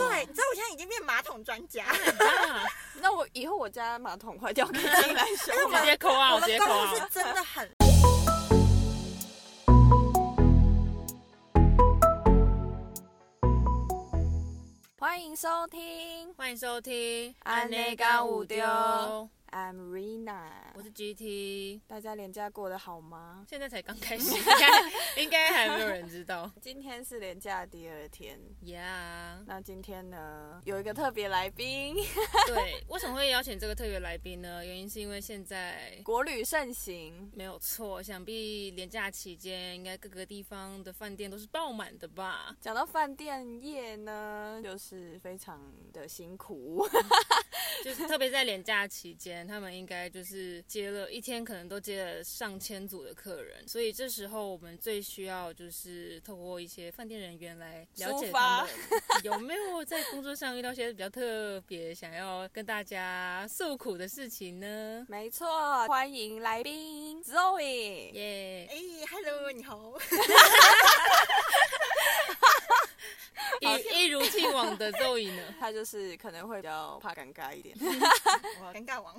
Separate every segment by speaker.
Speaker 1: 哦
Speaker 2: 你知道我现在已经变马桶专家，
Speaker 1: 啊
Speaker 3: 那我以后我家马桶坏掉可以自己来修
Speaker 2: 因为我
Speaker 1: 直
Speaker 2: 们
Speaker 1: 接扣啊，
Speaker 2: 我
Speaker 1: 我直
Speaker 2: 们
Speaker 1: 接扣
Speaker 2: 公司
Speaker 1: 啊。
Speaker 2: 真的很。
Speaker 3: 欢迎收听
Speaker 1: 欢迎收听《
Speaker 3: 安内干五丢
Speaker 1: 我
Speaker 3: ，I'm Rina。
Speaker 1: 是 GT。
Speaker 3: 大家连假过得好吗？
Speaker 1: 现在才刚开始， 应该应该还没有人知道。
Speaker 3: 今天是连假的第二天，
Speaker 1: Yeah，
Speaker 3: 那今天呢有一个特别来宾，
Speaker 1: 对，为什么会邀请这个特别来宾呢？原因是因为现在
Speaker 3: 国旅盛行，
Speaker 1: 没有错，想必连假期间应该各个地方的饭店都是爆满的吧？
Speaker 3: 讲到饭店业呢，就是非常的辛苦，
Speaker 1: 就是特别在连假期间，他们应该就是接了一天，可能都接了上千组的客人，所以这时候我们最需要就是透过一些饭店人员来了解他
Speaker 3: 抒发
Speaker 1: 们有没有在工作上遇到一些比较特别想要跟大家诉苦的事情呢？
Speaker 3: 没错，欢迎来宾 Zoe。？
Speaker 1: 耶、
Speaker 2: 哎，Hello，你好。
Speaker 1: 一一如既往的咒语呢
Speaker 3: 她就是可能会比较怕尴尬一 点，
Speaker 2: 尴尬王，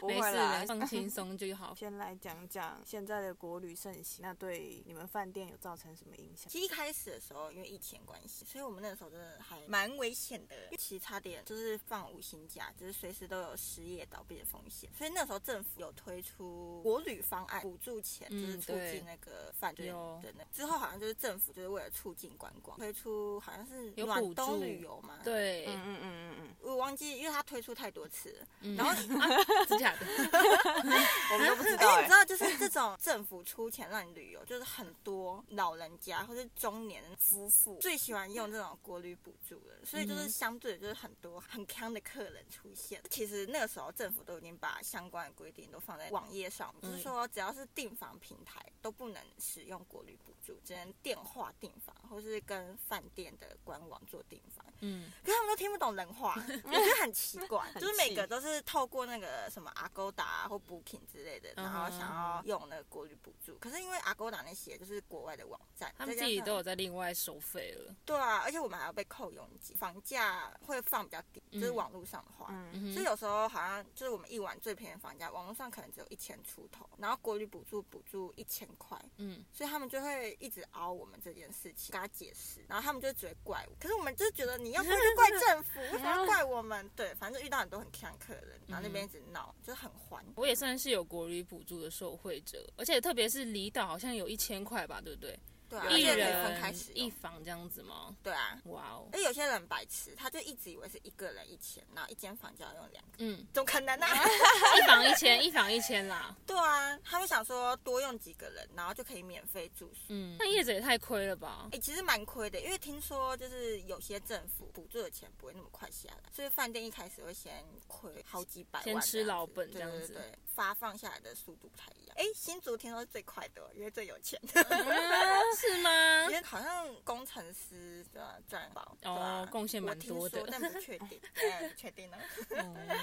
Speaker 3: 不
Speaker 1: 没
Speaker 3: 会
Speaker 1: 事，
Speaker 3: 啦
Speaker 1: 没事，放轻松就好。
Speaker 3: 先来讲讲现在的国旅盛行，那对你们饭店有造成什么影响？
Speaker 2: 其实一开始的时候，因为疫情关系，所以我们那个时候真的还蛮危险的，其实差点就是放五星假，就是随时都有失业倒闭的风险。所以那时候政府有推出国旅方案补助钱，就
Speaker 1: 嗯
Speaker 2: 是促
Speaker 1: 对
Speaker 2: 进那个饭店
Speaker 1: 有
Speaker 2: 的那。之后好像就是政府就是为了促进观光，推出好像是
Speaker 1: 有
Speaker 2: 暖
Speaker 1: 补助
Speaker 2: 冬旅游嘛，，
Speaker 1: 对，
Speaker 3: 嗯嗯嗯嗯
Speaker 2: 我忘记，因为它推出太多次了，
Speaker 1: 嗯
Speaker 2: 然后
Speaker 1: 是假的。
Speaker 3: 嗯，我们都不知
Speaker 2: 而且
Speaker 3: 道
Speaker 1: 欸
Speaker 3: 哎、
Speaker 2: 你知道，就是这种政府出钱让你旅游，就是很多老人家或是中年夫妇最喜欢用这种国旅补助了，所以就
Speaker 1: 嗯
Speaker 2: 是
Speaker 1: 哼
Speaker 2: 相对就是很多很坑的客人出现。其实那个时候政府都已经把相关的规定都放在网页上，就是
Speaker 1: 嗯
Speaker 2: 说只要是订房平台都不能使用国旅补助，只能电话订房或是跟饭店的官网做订房。
Speaker 1: 嗯，
Speaker 2: 可是他们都听不懂人 话，我觉得很奇怪。
Speaker 3: 很
Speaker 2: 就是每
Speaker 3: 气
Speaker 2: 个都是透过那个什么 Agoda 啊或 Booking 之类的，然后
Speaker 1: 嗯哼
Speaker 2: 想要用那个国旅补助。可是因为 Agoda 那些就是国外的网站，
Speaker 1: 他们
Speaker 2: 再
Speaker 1: 自
Speaker 2: 加
Speaker 1: 己
Speaker 2: 上
Speaker 1: 都有在另外收费了。
Speaker 2: 对啊，而且我们还要被扣佣金，房价会放比较低，就是网络上的话。
Speaker 3: 嗯，
Speaker 1: 嗯
Speaker 2: 所以
Speaker 1: 哼，
Speaker 2: 有时候好像就是我们一晚最便宜的房价，网络上可能只有一千出头，然后国旅补助补助一千块，
Speaker 1: 嗯，
Speaker 2: 所以他们就会一直熬我们这件事情，跟他解释，然后他们就只会怪我。可是我们就是觉得你要怪就怪政府，为什么要怪我们？对，反正就遇到很多很呛客人，然后那边一直闹，就是很欢。
Speaker 1: 我也算是有国旅补助的受惠者，而且特别是离岛好像有一千块吧，对不对？
Speaker 2: 对啊，
Speaker 3: 有
Speaker 2: 而
Speaker 1: 一
Speaker 2: 且可以分开
Speaker 1: 人
Speaker 2: 使
Speaker 1: 一
Speaker 2: 用。
Speaker 1: 房这样子吗？
Speaker 2: 对啊，
Speaker 1: 哇哦，
Speaker 2: 而有些人白痴，他就一直以为是一个人一千，然后一间房就要用两个，
Speaker 1: 嗯，
Speaker 2: 怎么可能呢、啊
Speaker 1: 一房一千，一房一千啦。
Speaker 2: 对啊，他们想说多用几个人，然后就可以免费住宿。
Speaker 1: 嗯，那叶子也太亏了吧
Speaker 2: 哎、？其实蛮亏的，因为听说就是有些政府补助的钱不会那么快下来，所以饭店一开始会先亏好几百万这
Speaker 1: 先
Speaker 2: 样子，
Speaker 1: 吃老本这样子
Speaker 2: 对对对，发放下来的速度不太一样。哎、新竹听说是最快的哦，因为最有钱，
Speaker 1: 嗯是吗
Speaker 2: 因？为好像工程师的赚饱对啊
Speaker 1: 哦贡献蛮多的
Speaker 2: 我听说但不确 定，对不确定哦呢。
Speaker 1: 嗯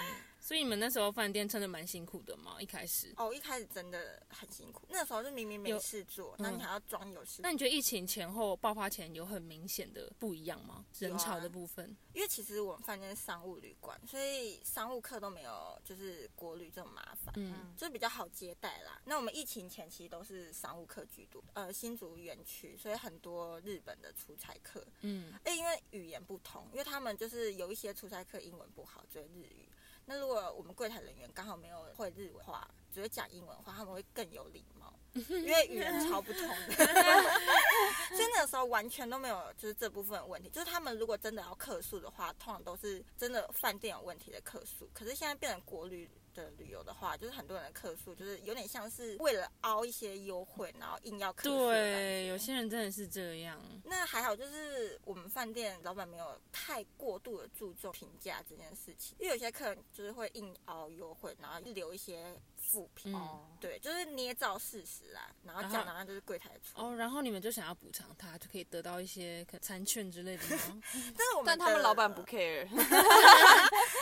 Speaker 1: 所以你们那时候饭店真的蛮辛苦的嘛，一开始。
Speaker 2: 哦，一开始真的很辛苦，那时候就明明没
Speaker 1: 有
Speaker 2: 事做，那
Speaker 1: 嗯
Speaker 2: 你还要装有事做
Speaker 1: 那你觉得疫情前后爆发前有很明显的不一样吗？
Speaker 2: 有啊
Speaker 1: 人潮的部分，
Speaker 2: 因为其实我们饭店是商务旅馆，所以商务客都没有就是国旅这么麻烦，
Speaker 1: 嗯，
Speaker 2: 就是比较好接待啦。那我们疫情前期都是商务客居多，呃，新竹园区，所以很多日本的出差客，
Speaker 1: 嗯，
Speaker 2: 哎，因为语言不同，因为他们就是有一些出差客英文不好，只会日语。那如果我们柜台人员刚好没有会日文话，只会讲英文话，他们会更有礼貌，因为语言超不同的。所以那个时候完全都没有就是这部分的问题，就是他们如果真的要客诉的话，通常都是真的饭店有问题的客诉。可是现在变成国旅的旅游的话，就是很多人的客诉就是有点像是为了凹一些优惠，然后硬要客诉的感觉。
Speaker 1: 对，有些人真的是这样。
Speaker 2: 那还好，就是我们饭店老板没有太过度的注重评价这件事情，因为有些客人就是会硬凹优惠，然后留一些负评。
Speaker 1: 嗯
Speaker 3: 哦，
Speaker 2: 对，就是捏造事实啊，然后
Speaker 3: 嗯
Speaker 1: 然后
Speaker 2: 讲的那就是柜台出。
Speaker 1: 哦，然后你们就想要补偿他，就可以得到一些可餐券之类的吗？
Speaker 2: 但是我们
Speaker 3: 但他们
Speaker 2: 的
Speaker 3: 老板不 care，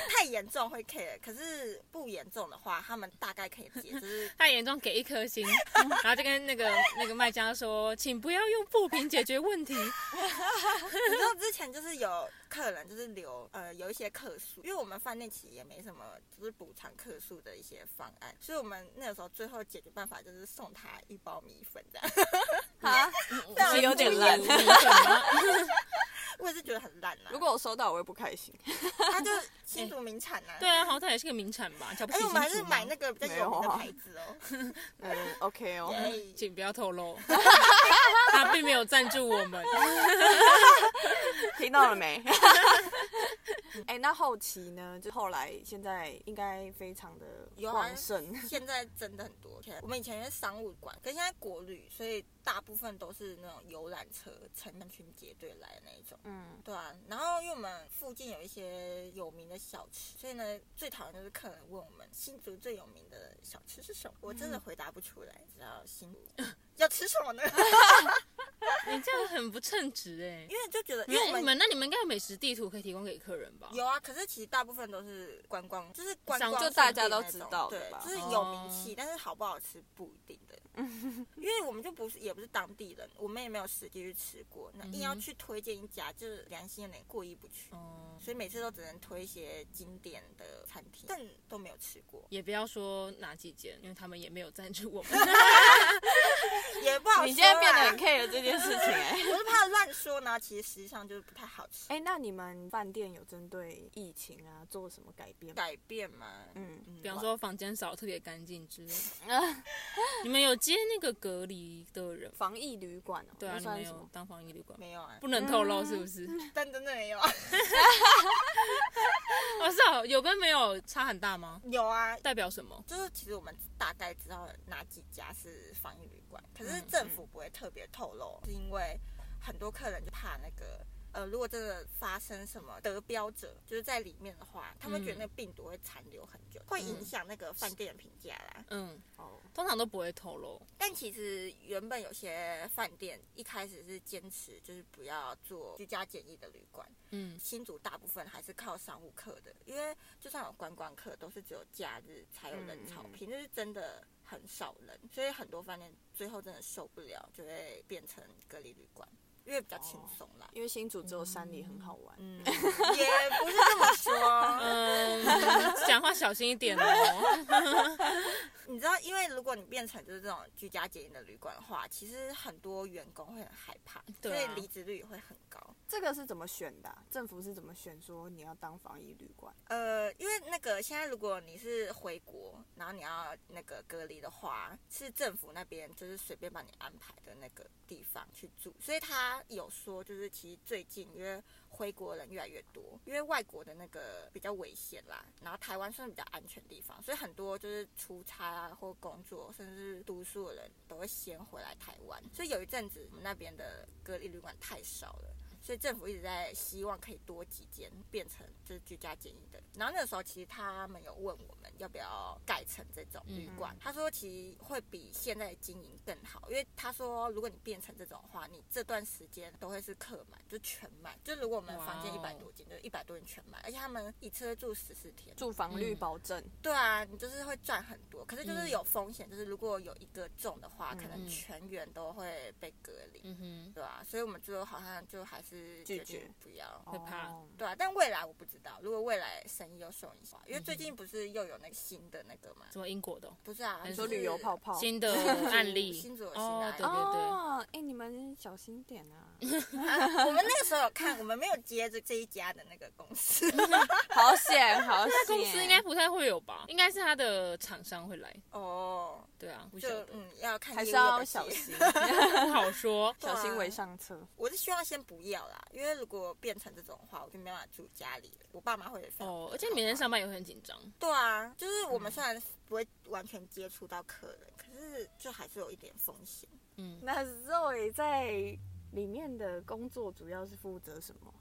Speaker 2: 太严重会 care，可是不严重的话，他们大概可以接，就是
Speaker 1: 太严重，给一颗星，然后就跟那个那个卖家说，请不要用负评解决问题。
Speaker 2: 你知道之前就是有客人就是留呃有一些客诉，因为我们饭店其实也没什么就是补偿客诉的一些方案，所以我们那个时候最后解决办法就是送他一包米粉这样。
Speaker 3: 啊，
Speaker 2: 但
Speaker 3: 是有点烂
Speaker 1: 你你怎么
Speaker 2: 我也是觉得很烂啊
Speaker 3: 如，果我收到我也不开心，
Speaker 2: 他就新竹名产呐、啊。
Speaker 1: 对。啊，好歹也是个名产吧，瞧不
Speaker 2: 而且
Speaker 1: 起新
Speaker 2: 我们
Speaker 1: 竹吗
Speaker 2: 还是哎买那个比较有名的牌子哦。
Speaker 3: 嗯，OK 哦，
Speaker 2: 哎
Speaker 1: 请不要 透露，他并没有赞助我们。
Speaker 3: 听到了没？ 哎，那后期呢？就后来现在应该非常的
Speaker 2: 有啊
Speaker 3: 旺盛，
Speaker 2: 现在真的很多，我们以前是商务馆，跟现在国旅，所以大部分都是那种游览车成群结队来的那一种。
Speaker 3: 嗯，
Speaker 2: 对啊，然后因为我们附近有一些有名的小吃，所以呢，最讨厌就是客人问我们新竹最有名的小吃是什么，我真的回答不出来，只要新竹 要吃什么呢？
Speaker 1: 你这样很不称职哎、
Speaker 2: 因为就觉得，因
Speaker 1: 因为
Speaker 2: 为
Speaker 1: 你
Speaker 2: 我
Speaker 1: 们
Speaker 2: 们
Speaker 1: 那你们应该有美食地图可以提供给客人吧？
Speaker 2: 有啊，可是其实大部分都是观光，就是观光
Speaker 1: 想
Speaker 2: 饭
Speaker 1: 就
Speaker 2: 店
Speaker 3: 大家都
Speaker 2: 那种
Speaker 3: 知道的
Speaker 2: 对
Speaker 3: 吧，哦
Speaker 2: 就是有名气，但是好不好吃不一定 的。因为我们就不是也不是当地人，我们也没有实际去吃过，那硬要
Speaker 1: 嗯哼
Speaker 2: 去推荐一家，就是良心有点过意不去。
Speaker 1: 哦、
Speaker 2: 所以每次都只能推一些经典的餐厅，但都没有吃 过，
Speaker 1: 也不要说哪几间，因为他们也没有赞 助我们。
Speaker 2: 也不好说啦。
Speaker 3: 你现在变得很 care 这件事情哎。
Speaker 2: 我是怕乱说呢，其实实际上就是不太好吃。
Speaker 3: 哎，那你们饭店有针对疫情啊做什么改变吗？
Speaker 2: 改变嘛，
Speaker 3: 嗯，
Speaker 2: 嗯
Speaker 1: 比方，说房间扫得特别干净之类的。你们有接那个隔离的人吗？
Speaker 3: 防疫旅馆哦，
Speaker 1: 对啊，
Speaker 3: 那
Speaker 1: 你
Speaker 3: 算
Speaker 1: 们
Speaker 3: 什么
Speaker 1: 有？当防疫旅馆吗？
Speaker 2: 没有啊，
Speaker 1: 不能透露是不是？
Speaker 2: 但真的没有啊，
Speaker 1: 我、是啊，有跟没有差很大吗？
Speaker 2: 有啊。
Speaker 1: 代表什么？
Speaker 2: 就是其实我们大概知道哪几家是防疫旅馆，可是
Speaker 1: 嗯
Speaker 2: 政府不会特别透露，是因为很多客人就怕那个，呃，如果真的发生什么得标者，就是在里面的话，他们觉得那病毒会残留很久，会影响那个饭店的评价啦。
Speaker 1: 嗯，
Speaker 3: 哦，
Speaker 1: 通常都不会透露。
Speaker 2: 但其实原本有些饭店一开始是坚持就是不要做居家检疫的旅馆，
Speaker 1: 嗯，
Speaker 2: 新竹大部分还是靠商务客的，因为就算有观光客，都是只有假日才有人潮，
Speaker 3: 嗯嗯
Speaker 2: 平日真的很少人，所以很多饭店最后真的受不了，就会变成隔离旅馆，因为比较轻松啦。
Speaker 3: 因为新竹只有山里很好玩，
Speaker 2: 嗯，也不是这么说，
Speaker 1: 嗯，讲话小心一点哦。
Speaker 2: 你知道，因为如果你变成就是这种居家检疫的旅馆的话，其实很多员工会很害怕，所
Speaker 1: 对
Speaker 2: 以
Speaker 1: 啊
Speaker 2: 离职率也会很高。
Speaker 3: 这个是怎么选的啊、政府是怎么选说你要当防疫旅馆？
Speaker 2: 呃，因为那个现在如果你是回国，然后你要那个隔离的话，是政府那边就是随便帮你安排的那个地方去住，所以他有说就是其实最近因为回国人越来越多，因为外国的那个比较危险啦，然后台湾算是比较安全的地方，所以很多就是出差啊或工作甚至是读书的人都会先回来台湾，所以有一阵子我们那边的隔离旅馆太少了。所以政府一直在希望可以多几间变成就是居家检疫的。然后那个时候其实他们有问我们要不要改成这种
Speaker 1: 嗯
Speaker 2: 旅馆，他说其实会比现在的经营更好，因为他说如果你变成这种的话，你这段时间都会是客满，就全满。就如果我们房间一
Speaker 1: 哇
Speaker 2: 百
Speaker 1: 哦
Speaker 2: 多间，就一百多间全满，而且他们一次会住十四天。
Speaker 3: 住房率
Speaker 1: 嗯
Speaker 3: 保证，
Speaker 2: 对啊，你就是会赚很多，可是就是
Speaker 1: 嗯
Speaker 2: 有风险，就是如果有一个中的话，可
Speaker 1: 嗯
Speaker 2: 能全员都会被隔离。
Speaker 1: 嗯
Speaker 2: 对啊，所以我们最后好像就还是
Speaker 3: 拒
Speaker 2: 决定
Speaker 3: 绝
Speaker 2: 不要，
Speaker 1: 会怕
Speaker 3: 哦
Speaker 2: 对啊，但未来我不知道，如果未来生意又受影响，因为最
Speaker 1: 嗯哼
Speaker 2: 近不是又有那个新的那个嘛
Speaker 1: 哼，？什么英国的哦、
Speaker 2: 不是啊，
Speaker 1: 你
Speaker 3: 说
Speaker 2: 就是
Speaker 3: 旅游泡泡。
Speaker 1: 新的案例？
Speaker 2: 新竹有新的
Speaker 1: 哦
Speaker 2: 案，例
Speaker 1: 对对对。
Speaker 3: 哦，哎、你们小心点 啊！
Speaker 2: 啊我们那个时候有看，我们没有接着这一家的那个公 司，
Speaker 3: 好险，好险！
Speaker 1: 公司应该不太会有吧？应该是他的厂商会来。
Speaker 2: 哦，
Speaker 1: 对啊，不晓
Speaker 2: 就
Speaker 1: 得，
Speaker 2: 嗯要看
Speaker 3: 还是
Speaker 2: 业务的
Speaker 3: 要
Speaker 2: 接
Speaker 3: 小心，
Speaker 1: 不好说。
Speaker 2: 对啊
Speaker 3: 小心为上策。
Speaker 2: 我是希望先不要啦，因为如果变成这种的话，我就没办法住家里了，我爸妈会非常
Speaker 1: 哦，而且每天上班也会很紧张。
Speaker 2: 对啊，就是我
Speaker 1: 嗯
Speaker 2: 们虽然不会完全接触到客人，可是就还是有一点风险。
Speaker 1: 嗯，
Speaker 3: 那 Zoe 在里面的工作主要是负责什么？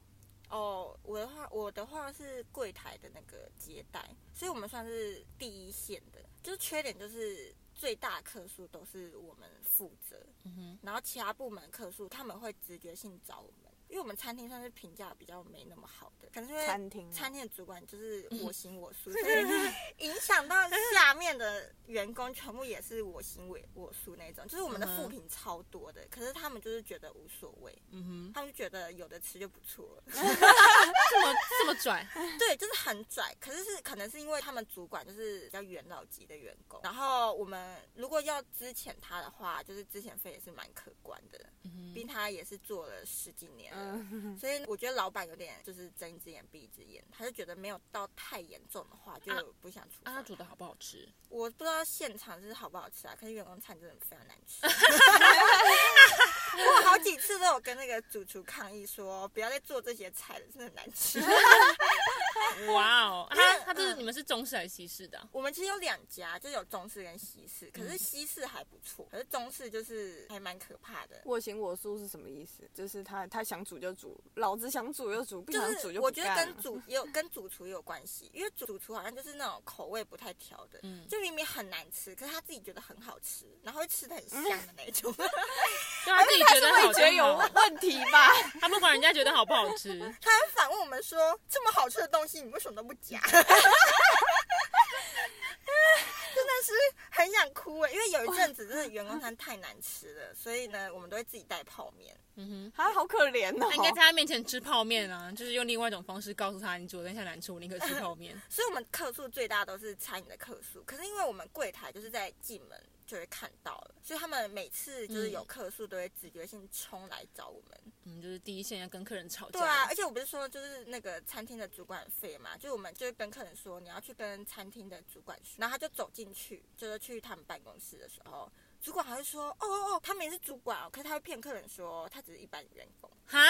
Speaker 2: 哦，我的话，我的话是柜台的那个接待，所以我们算是第一线的。就是缺点就是最大客数都是我们负责，
Speaker 1: 嗯哼，
Speaker 2: 然后其他部门客数他们会直觉性找我们，因为我们餐厅算是评价比较没那么好的，可能是因为
Speaker 3: 餐厅
Speaker 2: 餐厅的主管就是我行我素，所以影响到下面的员工全部也是我行我我素那种，就是我
Speaker 3: 嗯
Speaker 2: 们的负评超多的，可是他们就是觉得无所谓，
Speaker 1: 嗯哼，
Speaker 2: 他们就觉得有的吃就不错了，
Speaker 1: 这么这么拽，
Speaker 2: 对，就是很拽。可是是可能是因为他们主管就是比较元老级的员工，然后我们如果要支遣他的话，就是支遣费也是蛮可观的，
Speaker 1: 嗯
Speaker 2: 毕竟
Speaker 1: 哼，
Speaker 2: 他也是做了十几年了。
Speaker 3: 嗯，
Speaker 2: 所以我觉得老板有点就是睁一只眼闭一只眼，他就觉得没有到太严重的话就
Speaker 1: 啊
Speaker 2: 不想处罚。
Speaker 1: 啊，他煮的好不好吃？
Speaker 2: 我不知道现场是好不好吃啊，可是员工餐真的非常难 吃。我好几次都有跟那个主厨抗议说，不要再做这些菜了，真的很难吃。
Speaker 1: 哇哦，啊他
Speaker 2: 嗯
Speaker 1: 他这是
Speaker 2: 嗯
Speaker 1: 你们是中式还是西式的啊？
Speaker 2: 我们其实有两家，就有中式跟西式，可
Speaker 3: 嗯
Speaker 2: 是西式还不错，可是中式就是还蛮可怕的。
Speaker 3: 我行我素是什么意思？就是他他想煮就煮，老子想煮就煮，不想煮
Speaker 2: 就是
Speaker 3: 就
Speaker 2: 我
Speaker 3: 不
Speaker 2: 觉得
Speaker 3: 干了。
Speaker 2: 跟主也有跟主厨也有关系，因为主主厨好像就是那种口味不太挑的，
Speaker 1: 嗯
Speaker 2: 就明明很难吃，可是他自己觉得很好吃，然后会吃的很香的那 种。
Speaker 1: 对啊他自己觉得好
Speaker 3: 会觉得 有啊
Speaker 1: 就好，
Speaker 3: 问题吧？
Speaker 1: 他不管人家觉得好不好吃，
Speaker 2: 他还反问我们说：“这么好吃的东西，你为什么都不 夹？”真的是很想哭哎，因为有一阵子真的员工餐太难吃了，所以呢，我们都会自己带泡面。
Speaker 1: 嗯哼。
Speaker 3: 啊，好可怜
Speaker 1: 他 应该
Speaker 3: 哦
Speaker 1: 在。他面前吃泡面啊，就是用另外一种方式告诉他，你煮的下难吃，我宁可吃泡面。
Speaker 2: 所以我们客数最大都是餐饮的客数，可是因为我们柜台就是在进门就会看到了，所以他们每次就是有客数都会直觉性冲来找我们。
Speaker 1: 嗯，就是第一线要跟客人吵架。
Speaker 2: 对啊，而且我不是说就是那个餐厅的主管很废嘛，就我们就会跟客人说你要去跟餐厅的主管说，然后他就走进去，就是去他们办公室的时候。主管还会说，哦哦哦，他们也是主管哦，可是他会骗客人说他只是一般员工，
Speaker 1: 哈，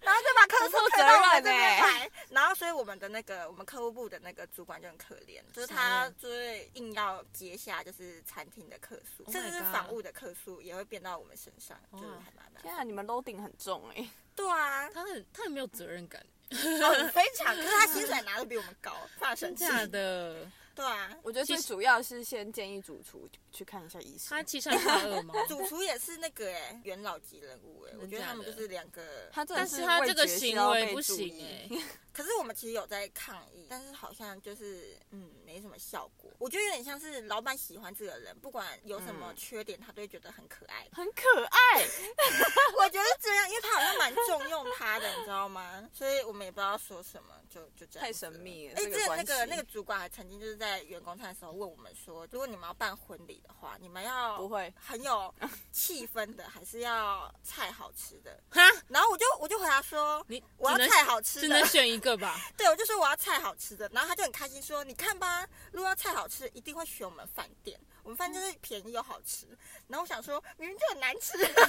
Speaker 2: 然后就把客
Speaker 3: 不负
Speaker 2: 户
Speaker 3: 责
Speaker 2: 推到我们
Speaker 3: 任
Speaker 2: 这边
Speaker 3: 欸
Speaker 2: 来，然后所以我们的那个我们客户部的那个主管就很可怜，就是他就是硬要接下就是餐厅的客数，
Speaker 1: Oh my
Speaker 2: 甚至是
Speaker 1: god
Speaker 2: 房务的客数也会变到我们身上，
Speaker 1: 哇
Speaker 2: 就是还蛮难。
Speaker 3: 天啊，你们 loading 很重哎、
Speaker 2: 对啊，
Speaker 1: 他很他很没有责任感，
Speaker 2: 哦，非常，可是 他薪水拿的比我们高，非常生
Speaker 1: 真
Speaker 2: 气。
Speaker 1: 假的？
Speaker 2: 对啊，
Speaker 3: 我觉得最
Speaker 1: 其实
Speaker 3: 主要是先建议主厨去看一下医
Speaker 1: 他
Speaker 3: 生，
Speaker 1: 欺善怕恶吗？
Speaker 2: 主厨也是那个哎、元老级人物哎、
Speaker 1: 真
Speaker 2: 我觉得他们
Speaker 1: 假的
Speaker 2: 就是两个。
Speaker 3: 他真的
Speaker 1: 但是他这个
Speaker 3: 味觉需
Speaker 1: 行
Speaker 3: 要
Speaker 1: 为
Speaker 3: 被
Speaker 1: 不
Speaker 3: 注
Speaker 1: 行
Speaker 3: 意
Speaker 1: 哎、
Speaker 2: 可是我们其实有在抗议，但是好像就是嗯没什么效果。我觉得有点像是老板喜欢这个人，不管有什么
Speaker 3: 嗯。
Speaker 2: 缺点，他都会觉得很可爱
Speaker 3: 很可爱。
Speaker 2: 我觉得这样，因为他好像蛮重用他的，你知道吗？所以我们也不知道说什么，就就这样子。
Speaker 3: 太神秘了
Speaker 2: 哎，
Speaker 3: 这个
Speaker 2: 之前那
Speaker 3: 关
Speaker 2: 个
Speaker 3: 系
Speaker 2: 那个主管还曾经就是在员工餐的时候问我们说，如果你们要办婚礼的话，你们要
Speaker 3: 不会
Speaker 2: 很有气氛的，还是要菜好吃的？
Speaker 1: 哈，
Speaker 2: 然后我就我就回答 说，
Speaker 1: 你
Speaker 2: 我要
Speaker 1: 只能
Speaker 2: 菜好吃
Speaker 1: 只能
Speaker 2: 的。
Speaker 1: 选一个吧？
Speaker 2: 对，我就说我要菜好吃的，然后他就很开心说，你看吧，如果要菜好吃，一定会选我们饭店。我们饭店就是便宜又好吃，然后我想说明明就很难吃，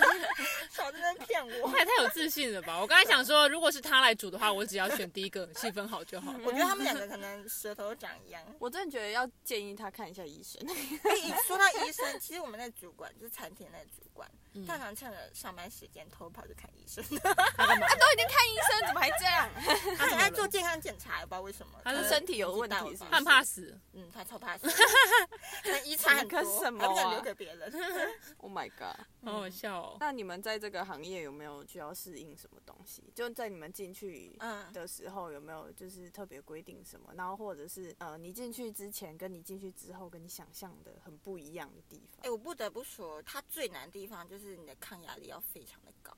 Speaker 2: 少在那边骗我
Speaker 1: 他。
Speaker 3: 嗯
Speaker 1: 也太有自信了吧！我刚才想说，如果是他来煮的话，我只要选第一个，气氛好就好。
Speaker 2: 我觉得他们两个可能舌头都长一样。
Speaker 3: 我真的觉得要建议他看一下医生。
Speaker 2: 哎、一说到医生，其实我们那主管就是餐厅那主管，
Speaker 1: 嗯
Speaker 2: 他常趁着上班时间偷跑去看医生，
Speaker 1: 他干嘛？
Speaker 3: 都已经看医生，怎么还这样？
Speaker 2: 他很爱做健康检查，也不知道为什么。
Speaker 1: 他是
Speaker 2: 可能
Speaker 3: 身体有
Speaker 2: 年纪大了
Speaker 3: 问题是不
Speaker 1: 他
Speaker 2: 吧
Speaker 1: 很怕死，
Speaker 2: 嗯，他超怕死， 可能遗产很多，
Speaker 3: 你可什么啊
Speaker 2: 还不想留给别人。
Speaker 3: Oh my god！
Speaker 1: 好好笑哦。
Speaker 3: 那你们在这个行业有没有需要适应什么东西？就在你们进去
Speaker 2: 嗯，
Speaker 3: 的时候，有没有就是特别规定什么？然后或者是呃，你进去之前跟你进去之后跟你想象的很不一样的地
Speaker 2: 哎、
Speaker 3: 方？
Speaker 2: 我不得不说，他最难的地方就是你的抗压力要非常的高，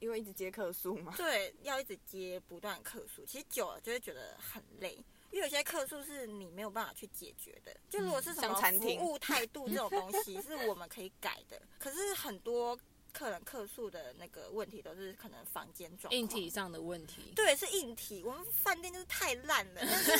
Speaker 3: 因为一直接客诉 嘛。
Speaker 2: 对，要一直接不断的客诉，其实久了就会觉得很累。因为有些客诉是你没有办法去解决的，就如果是什么
Speaker 3: 嗯像餐
Speaker 2: 服
Speaker 3: 厅
Speaker 2: 务态度这种东西，是我们可以改的。可是很多客人客诉的那个问题都是可能房间状况、
Speaker 1: 硬体上的问题，
Speaker 2: 对，是硬体。我们饭店就是太烂了，但是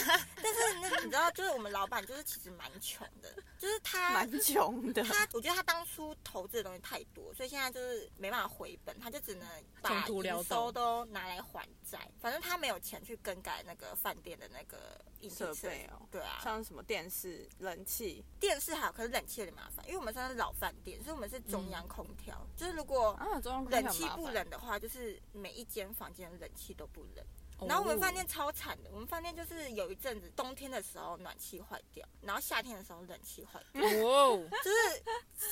Speaker 2: 但是那你知道，就是我们老板就是其实蛮穷的，就是他
Speaker 3: 蛮穷的，
Speaker 2: 他，我觉得他当初投资的东西太多，所以现在就是没办法回本，他就只能把
Speaker 1: 穷途潦
Speaker 2: 营
Speaker 1: 倒
Speaker 2: 收都拿来还债。反正他没有钱去更改那个饭店的那个硬体
Speaker 3: 设
Speaker 2: 设
Speaker 3: 备哦
Speaker 2: 对啊，
Speaker 3: 像什么电视、冷气
Speaker 2: 电视好，可是冷气有点麻烦，因为我们算是老饭店，所以我们是中
Speaker 1: 嗯
Speaker 2: 央空调，就是如果
Speaker 3: 啊，中央空
Speaker 2: 冷
Speaker 3: 调
Speaker 2: 气
Speaker 3: 很麻
Speaker 2: 不
Speaker 3: 烦
Speaker 2: 冷的话，就是每一间房间的冷气都不冷。
Speaker 1: 哦
Speaker 2: 然后我们饭店超惨的，我们饭店就是有一阵子冬天的时候暖气坏掉，然后夏天的时候冷气坏掉，
Speaker 1: 哇哦，
Speaker 2: 就是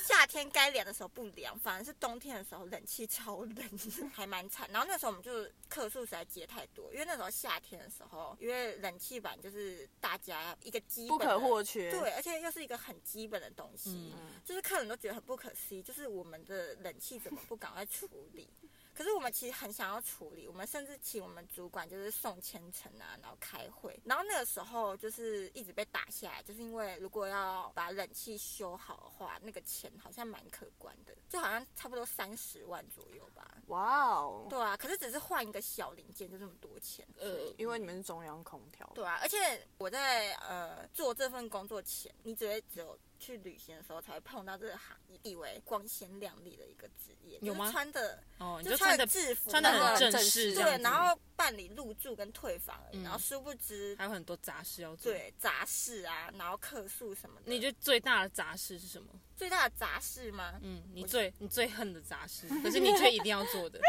Speaker 2: 夏天该凉的时候不凉，反而是冬天的时候冷气超冷，还蛮惨。然后那时候我们就客数实在接太多，因为那时候夏天的时候，因为冷气板就是大家一个基
Speaker 3: 不
Speaker 2: 本的
Speaker 3: 可或缺。
Speaker 2: 对，而且又是一个很基本的东西。
Speaker 1: 嗯
Speaker 3: 嗯，
Speaker 2: 就是客人都觉得很不可思议，就是我们的冷气怎么不赶快处理？可是我们其实很想要处理，我们甚至请我们主管就是送千层啊，然后开会，然后那个时候就是一直被打下来，就是因为如果要把冷气修好的话，那个钱好像蛮可观的，就好像差不多三十万左右吧。
Speaker 3: 哇哦，
Speaker 2: 对啊，可是只是换一个小零件就这么多钱，
Speaker 1: 呃，
Speaker 3: 因为你们是中央空调，
Speaker 2: 对啊，而且我在呃做这份工作前，你只会只有去旅行的时候才会碰到这个行业，以为光鲜亮丽的一个职业，就
Speaker 1: 有
Speaker 2: 是
Speaker 1: 吗
Speaker 2: 穿的
Speaker 1: 哦，你
Speaker 2: 就
Speaker 1: 就穿
Speaker 2: 着
Speaker 1: 的
Speaker 2: 制服，
Speaker 1: 穿的
Speaker 2: 然后
Speaker 1: 很
Speaker 3: 正
Speaker 1: 正式
Speaker 3: 式
Speaker 1: 这样
Speaker 2: 对，
Speaker 1: 子，
Speaker 2: 然后办理入住跟退房而已，
Speaker 1: 嗯
Speaker 2: 然后殊不知
Speaker 1: 还有很多杂事要做。，
Speaker 2: 对杂事啊，然后客诉什么的，
Speaker 1: 你觉得最大的杂事是什么？
Speaker 2: 最大的杂事 吗？
Speaker 1: 嗯，你
Speaker 2: 我
Speaker 1: 最你最恨的杂事，可是你却一定要 做的，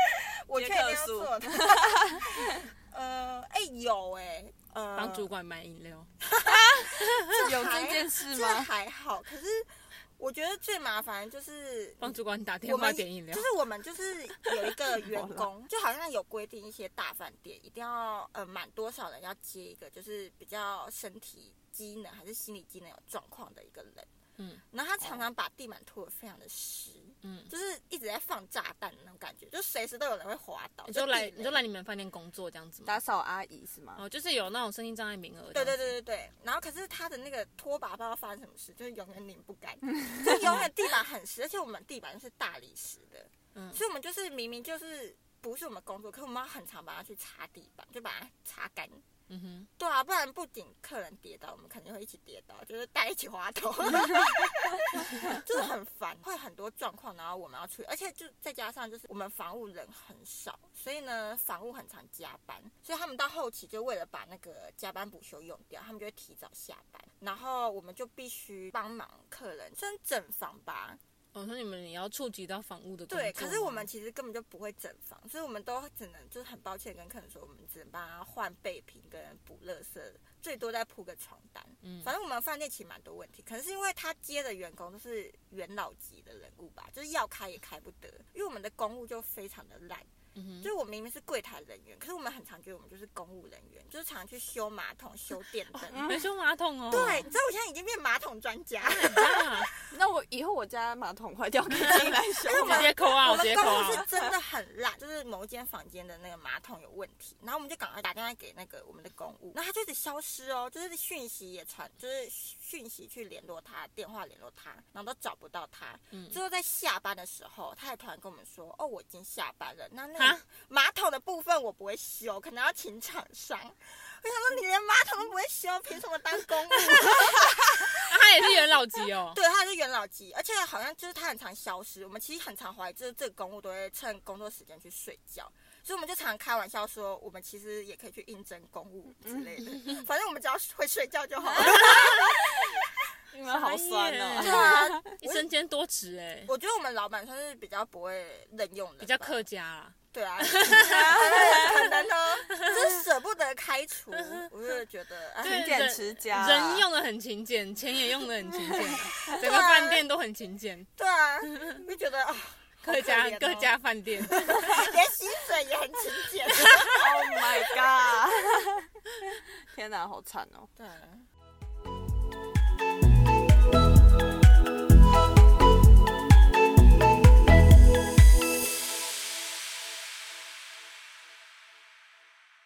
Speaker 2: 我
Speaker 3: 接
Speaker 2: 确定
Speaker 3: 客
Speaker 2: 要
Speaker 3: 诉
Speaker 2: 做的， 呃，哎、有哎、呃，
Speaker 1: 帮主管买饮料。
Speaker 3: 有
Speaker 2: 还
Speaker 3: 这件事
Speaker 2: 这
Speaker 3: 吗？
Speaker 2: 还好，可是我觉得最麻烦的就是
Speaker 1: 帮主管打电
Speaker 2: 我
Speaker 1: 话
Speaker 2: 们
Speaker 1: 点饮料
Speaker 2: 就，是我们就是有一个 员工，就好像有规定一些大饭店一定要呃满多少人要接一个，就是比较身体机能还是心理机能有状况的一个人。
Speaker 1: 嗯
Speaker 2: 然后他常常把地板拖得非常的湿，
Speaker 1: 嗯，
Speaker 2: 就是一直在放炸弹的那种感觉，就随时都有人会滑倒。
Speaker 1: 你就
Speaker 2: 地
Speaker 1: 来
Speaker 2: 雷
Speaker 1: 你就来你们饭店工作这样子吗？
Speaker 3: 打扫阿姨是吗？
Speaker 1: 哦，就是有那种身心障碍名额。
Speaker 2: 对对对，对对，然后可是他的那个拖把不知道发生什么事，就是永远拧不干， 就永远地板很湿，而且我们地板是大理石的，
Speaker 1: 嗯
Speaker 2: 所以我们就是明明就是不是我们工作，可是我们要很常把它去擦地板，就把它擦干。
Speaker 1: 嗯哼，
Speaker 2: 对啊，不然不仅客人跌倒，我们肯定会一起跌倒，就是大家一起滑头， 就是很烦，会很多状况，然后我们要处理，而且就再加上就是我们房务人很少，所以呢，房务很常加班，所以他们到后期就为了把那个加班补休用掉，他们就会提早下班，然后我们就必须帮忙客人，算整房吧，
Speaker 1: 我哦说你们也要触及到房屋的工作
Speaker 2: 对，
Speaker 1: 吗
Speaker 2: 可是我们其实根本就不会整房，所以我们都只能就是很抱歉地跟客人说，我们只能帮他换备品跟补垃圾，最多再铺个床单。
Speaker 1: 嗯
Speaker 2: 反正我们饭店其实蛮多问题，可能是因为他接的员工都是元老级的人物吧，就是要开也开不得，因为我们的公务就非常的烂。
Speaker 1: 嗯哼
Speaker 2: 就是我们明明是柜台人员，可是我们很常觉得我们就是公务人员，就是常去修马桶、修电灯。
Speaker 1: 维修马桶哦，
Speaker 2: 对，你知道我现在已经变马桶专家。
Speaker 1: 啊，
Speaker 3: 那我以后我家马桶坏掉可以自己来 修
Speaker 2: 因为我们
Speaker 3: 吗
Speaker 1: 直接扣啊，
Speaker 2: 我
Speaker 1: 我直
Speaker 2: 们
Speaker 1: 接
Speaker 2: 公
Speaker 1: 扣
Speaker 2: 司
Speaker 1: 啊
Speaker 2: 是，真的很烂，就是某一间房间的那个马桶有问题，然后我们就赶快打电话给那个我们的公务，然后他就一直消失哦，就是讯息也传，就是讯息去联络他，电话联络他，然后都找不到他。
Speaker 1: 嗯
Speaker 2: 最后在下班的时候，他也突然跟我们说：“哦，我已经下班了，那那
Speaker 1: 啊
Speaker 2: 个马桶的部分我不会修，可能要请厂商。”我想说，你连马桶都不会修，凭什么当公务？
Speaker 1: 啊他也是元老级哦，
Speaker 2: 对，他是元老级，而且好像就是他很常消失。我们其实很常怀疑，就是这个公务都会趁工作时间去睡觉，所以我们就常开玩笑说，我们其实也可以去应征公务之类的， 反正我们只要会睡觉就好了。
Speaker 3: 你们好酸
Speaker 1: 傻
Speaker 2: 对
Speaker 1: 眼
Speaker 3: 哦。
Speaker 2: 啊，
Speaker 1: 一身兼多职哎，
Speaker 2: 我觉得我们老板算是比较不会任用人吧，
Speaker 1: 比较客家啦，
Speaker 2: 对 啊，可能哦，就是舍不得开 除，我就觉得哎
Speaker 1: 对
Speaker 3: 勤俭持家，啊
Speaker 1: 人用的很勤俭，钱也用的很勤俭，啊 整个饭店都很勤俭，
Speaker 2: 对啊，就觉得啊，好
Speaker 1: 各家
Speaker 2: 可怜哦
Speaker 1: 各家饭店，
Speaker 2: 连薪水也很勤俭。
Speaker 3: Oh my god！天哪，好惨哦！
Speaker 2: 对啊，